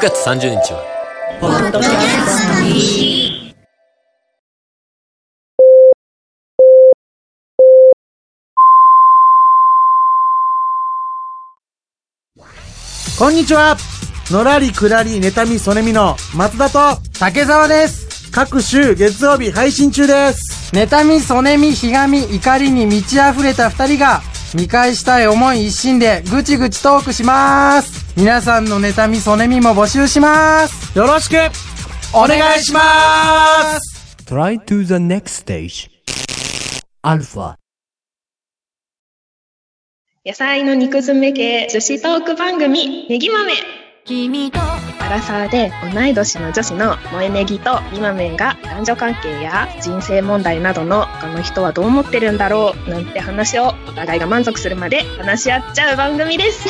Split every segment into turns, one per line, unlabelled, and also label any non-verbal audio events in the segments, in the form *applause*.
月30日は、
こんにちはのらりくらり、ねたみそねみの松田と
竹澤です。
各週月曜日配信中です
妬み、そねみ、ひがみ、怒りに満ち溢れた二人が、見返したい思い一心で、ぐちぐちトークします。皆さんの妬み、そねみも募集します。
よろしく
お願いします
Try to the next stage. Alpha.
野菜の肉詰め系女子トーク番組ネギ豆
君と
アラサーで同い年の女子の萌えネギとみまめんが男女関係や人生問題などの他の人はどう思ってるんだろうなんて話をお互いが満足するまで話し合っちゃう番組です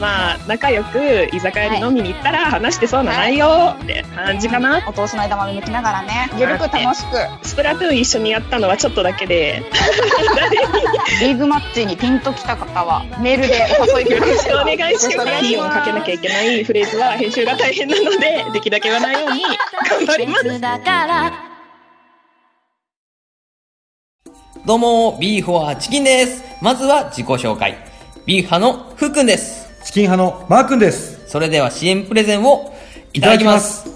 まあ仲良く居酒屋に飲みに行ったら話してそうな内容って感じかな、
お通しの間まで抜きながらねゆるく楽しく
スプラトゥーン一緒にやったのはちょっとだけで
リーグマッチにピンときた方はメールでお誘いく
よ
だ
ろし
さ
く
い
お願いしますピンをかけなきゃいけないフレーズは編集が大変なのでできるだけ言わないように頑張ります
だから
どうも、ビーフォアチキンです。まずは自己紹介。ビーフ派のふっくんです。
チキン派のマー君です
それでは CM プレゼンをいただきます。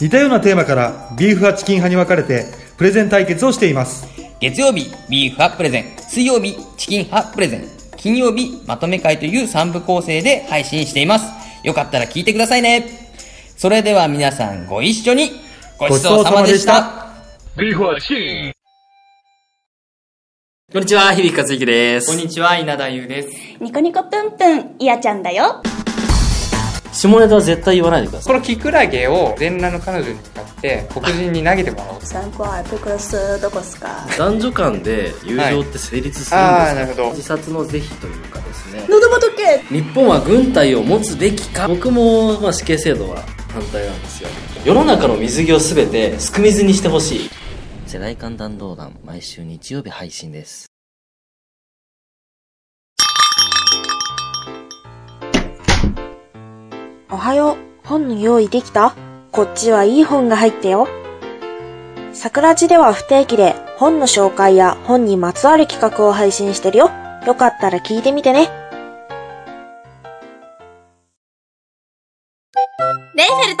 似たようなテーマからビーフ派チキン派に分かれてプレゼン対決をしています
月曜日、ビーフ派プレゼン。水曜日、チキン派プレゼン。金曜日、まとめ会という3部構成で配信しています。よかったら聞いてくださいね。それでは皆さんご一緒にごちそうさまでした。
こんにちは、響克之です。
こんにちは、稲田優です。
ニコニコプンプン、いやちゃんだよ。
下ネタは絶対言わないでください。
このキクラゲを全裸の彼女に使って黒人に投げてもらおう
参考アイプクロスどこっすか。
男女間で友情って成立するんですか、
はいあーなるほど
自殺の是非というかですね。
喉元け
日本は軍隊を持つべきか僕も、まあ、死刑制度は反対なんですよ。世の中の水着をすべて、すく水にしてほしい。世代間弾道弾、毎週日曜日配信です。
おはよう。本の用意できたこっちはいい本が入ったよ。桜地では不定期で本の紹介や本にまつわる企画を配信してるよ。よかったら聞いてみてね。
レイフェルとド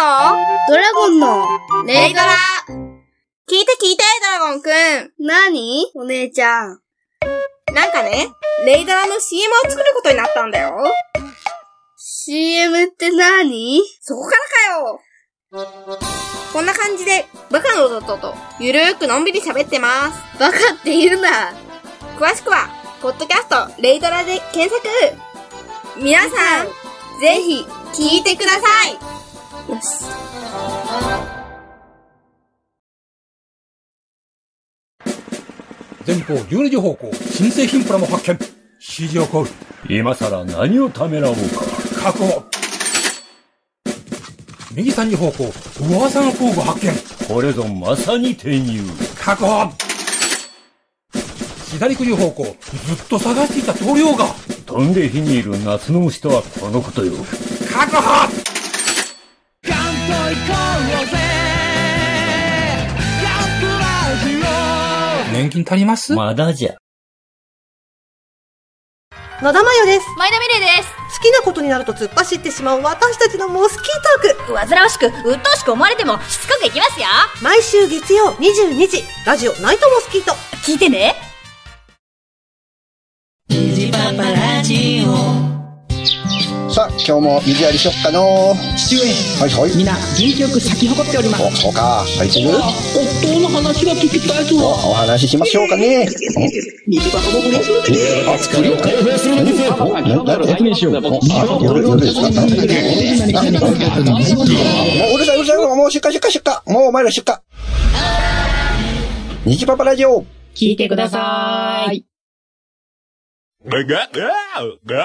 ラゴンのレイドラ聞いて聞いてドラゴンくん何お姉ちゃんなんかね、レイドラの CM を作ることになったんだよ CM って何そこからかよこんな感じで、バカの弟と、ゆるーくのんびり喋ってます。バカって言うな。詳しくは、ポッドキャスト、レイドラで検索皆さん、ぜひ、聞いてください
前方12時方向新製品プラも発見指示を行う
今さら何をためらおうか。
確保右3時方向噂の工具発見
これぞまさに転入。
確保左9時方向ずっと探していた棟梁が
飛んで火にいる夏の虫とはこのことよ。
確保年金足ります
まだじゃ。
のだまよです。
前田美玲です。
好きなことになると突っ走ってしまう私たちのモスキートーク。
煩わしく、鬱陶しく思われても、しつこくいきますよ。
毎週月曜22時、ラジオナイトモスキート。
聞いてね。
さあ今日も水やりしよっかの父上はいはいみんな元気よく咲き誇っておりますそうかはいすぐ夫の話が聞きたいぞお話ししましょうかね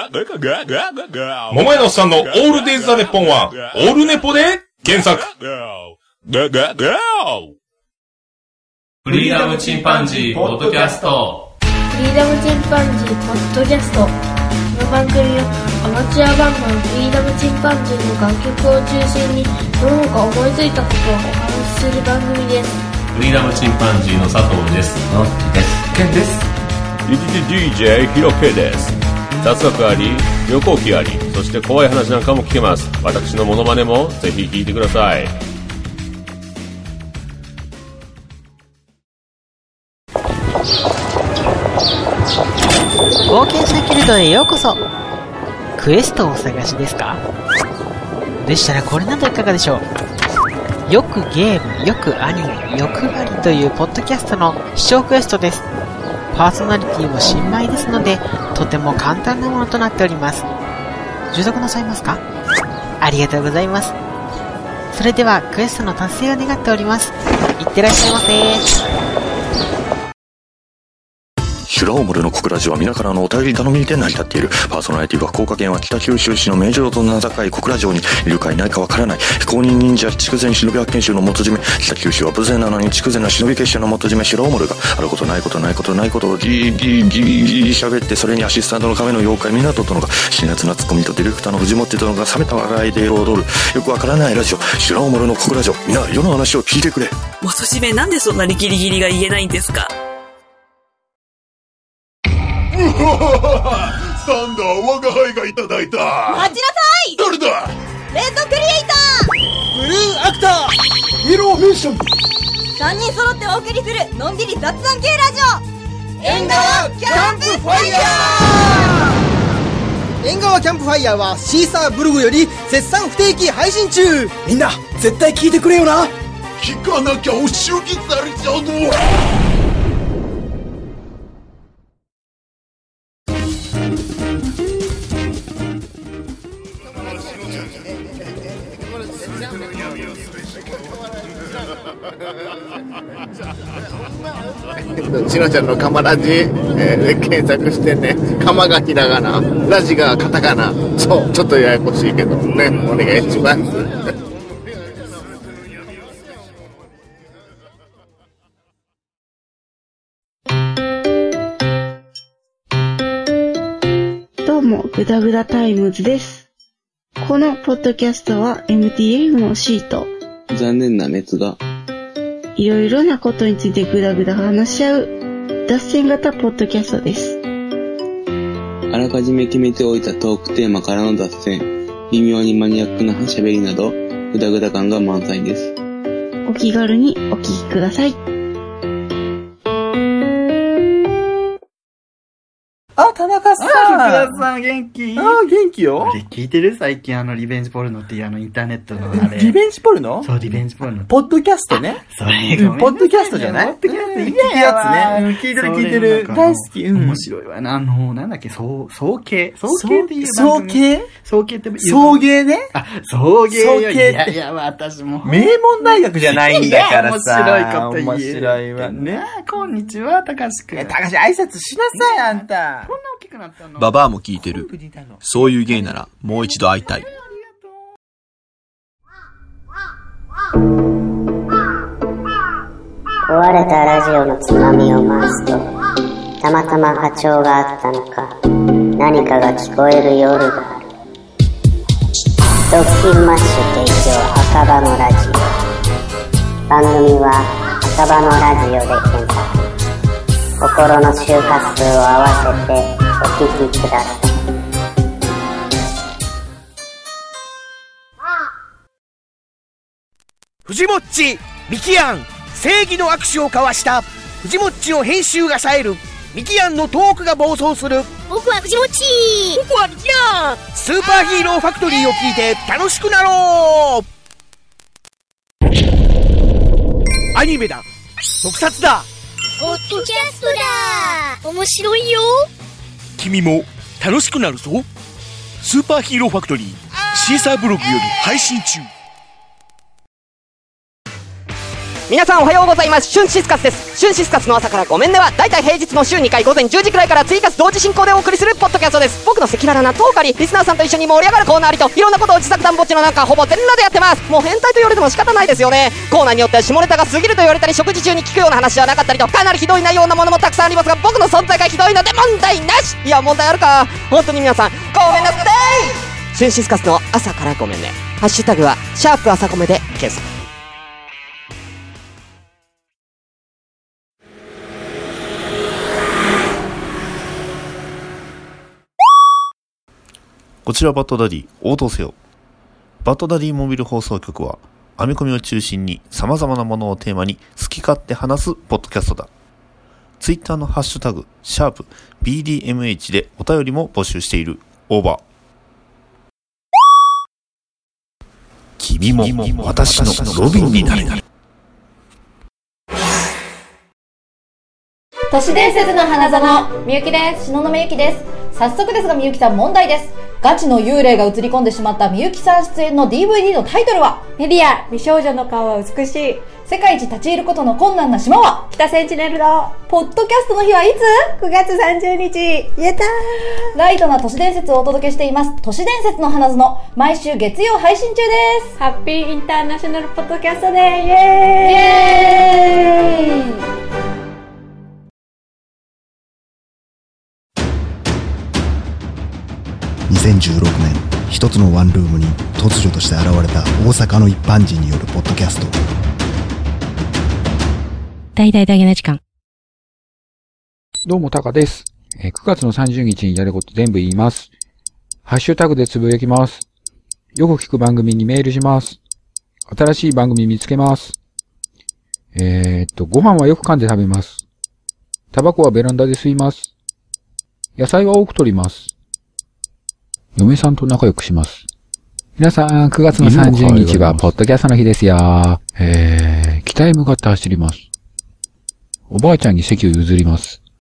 桃屋のおっさんのオールデイズ・ザ・ネッポンは、オールネポで検索
フリーダムチンパンジーポッドキャスト。
フリーダムチンパンジーポッドキャスト。
の番組はアマチュアバンドのフリーダムチンパンジーの楽曲を中心にどうか思いついたことをお話しする番組です
フリーダムチンパンジーの佐藤ですのっちですケンです
DJ ひろけです雑学あり旅行記ありそして怖い話なんかも聞けます私のモノマネもぜひ聞いてください
冒険者キルドへようこそクエストをお探しですかでしたらこれなどいかがでしょうよくゲーム、よくアニメ、欲張りというポッドキャストの視聴クエストですパーソナリティも新米ですのでとても簡単なものとなっております受読なさいますかありがとうございますそれではクエストの達成を願っておりますいってらっしゃいませ
シュラオモルの小倉寺は皆からのお便り頼みで成り立っている。パーソナリティは福岡県は北九州市の名城と名高い小倉城にいるかいないかわからない。公認忍者、筑前忍び発見衆の元締め。北九州は無勢なのに筑前の忍び結社の元締め、シュラオモルがあることないことないことないことをギーギーギーギー喋って、それにアシスタントの亀の妖怪湊殿が、辛辣なツッコミとディレクターの藤本殿が冷めた笑いで彩る。よくわからないラジオ、シュラオモルの小倉城。皆、世の話を聞いてくれ。
元締めなんでそんなにギリギリが言えないんですか
サンダー我輩がいただいた
待ちなさい
誰だ
レッドクリエイター
ブルーアクターイエローミュージシャン
3人揃ってお送りするのんびり雑談系ラジオ
縁側キャンプファイヤー縁側キャンプファイヤーはシーサーブログより絶賛不定期配信中みんな絶対聞いてくれよな
聞かなきゃお仕置きされちゃうぞ
しのちゃんのカマラジ、えー、で検索してね、カマがひらがな、ラジがカタカナ、そう、ちょっとややこしいけどね、お願いします。
どうも、グダグダタイムズです。このポッドキャストは MTF のシート。
残念な滅が。
いろいろなことについてグダグダ話し合う脱線型ポッドキャストです。
あらかじめ決めておいたトークテーマからの脱線、微妙にマニアックな喋りなど、グダグダ感が満載です。
お気軽にお聞きください。
あ、田中さん
あ、福田さん元気
あ、元気よ
あれ聞いてる最近あのリベンジポルノっていうあのインターネットのあれ。
リベンジポルノ
そう、リベンジポルノ。
ポッドキャストね。
*laughs* それごめん、
ポッドキャストじゃない
ポッドキャスト、聞く
やつね。聞いてる聞いてる。大好き。
面白いわな。あの、なんだっけ、総、総計。総計って言えば。
総計
総計って言
う。総計ね。
あ、総計。
総計って。
いやいや、私も。
名門大学じゃないんだからさ。
面白いこと言え。面白い
わ。
ねこんにちは、高橋くん。
高橋挨拶しなさい、あんた。
こんな大きくなったの
ババアも聞いてる。そういう芸ならもう一度会いたい。
壊れたラジオのつまみを回すと、たまたま波長があったのか、何かが聞こえる夜がある。ドッキンマッシュ提供赤羽のラジオ。番組は赤羽のラジオで検索。心の周波数を合わせてお聞きください。
フジモッチ、ミキアン、正義の握手を交わした。フジモッチの編集が冴える。ミキアンのトークが暴走する。
僕はフジモッチ
僕はミキアンスーパーヒーローファクトリーを聞いて楽しくなろうアニメだ特撮だ
ポッドキャストだ面白いよ
君も楽しくなるぞスーパーヒーローファクトリーシーサーブログより配信中
皆さんおはようございます春シスカスです春シスカスの朝からごめんねは大体平日の週2回午前10時くらいから追加同時進行でお送りするポッドキャストです僕の赤裸々なトークありリスナーさんと一緒に盛り上がるコーナーありといろんなことを自作団ぼっちの中ほぼ全裸でやってますもう変態と言われても仕方ないですよねコーナーによっては下ネタが過ぎると言われたり食事中に聞くような話はなかったりとかなりひどい内容なものもたくさんありますが僕の存在がひどいので問題なしいや問題あるか本当に皆さんごめんなさい春シスカスの朝からごめんねハッシュタグはシャープ朝コメで検索
こちらバッドダディ、応答せよ。バッドダディモビル放送局は、アメコミを中心に様々なものをテーマに好き勝手話すポッドキャストだ。ツイッターのハッシュタグ、シャープ BDMH でお便りも募集している。オーバー。君も私のロビンになる。
都市伝説の花園みゆきです篠宮ゆきです早速ですがみゆきさん問題ですガチの幽霊が映り込んでしまったみゆきさん出演の DVD のタイトルはメディア美少女の顔は美しい世界一立ち入ることの困難な島は北センチネルだポッドキャストの日はいつ ?9 月30日言えたライトな都市伝説をお届けしています都市伝説の花園毎週月曜配信中ですハッピーインターナショナルポッドキャストでイエーイイエーイ
2016年一つのワンルームに突如として現れた大阪の一般人によるポッドキャスト
大々大げな時間。
どうも、タカです。えー9月の30日にやること全部言います。ハッシュタグでつぶやきます。よく聞く番組にメールします。新しい番組見つけます。えー、っと、ご飯はよく噛んで食べます。タバコはベランダで吸います。野菜は多く取ります。嫁さんと仲良くします。皆さん、9月の30日はポッドキャストの日ですよ。えー、北へ向かって走ります。おばあちゃんに席を譲ります。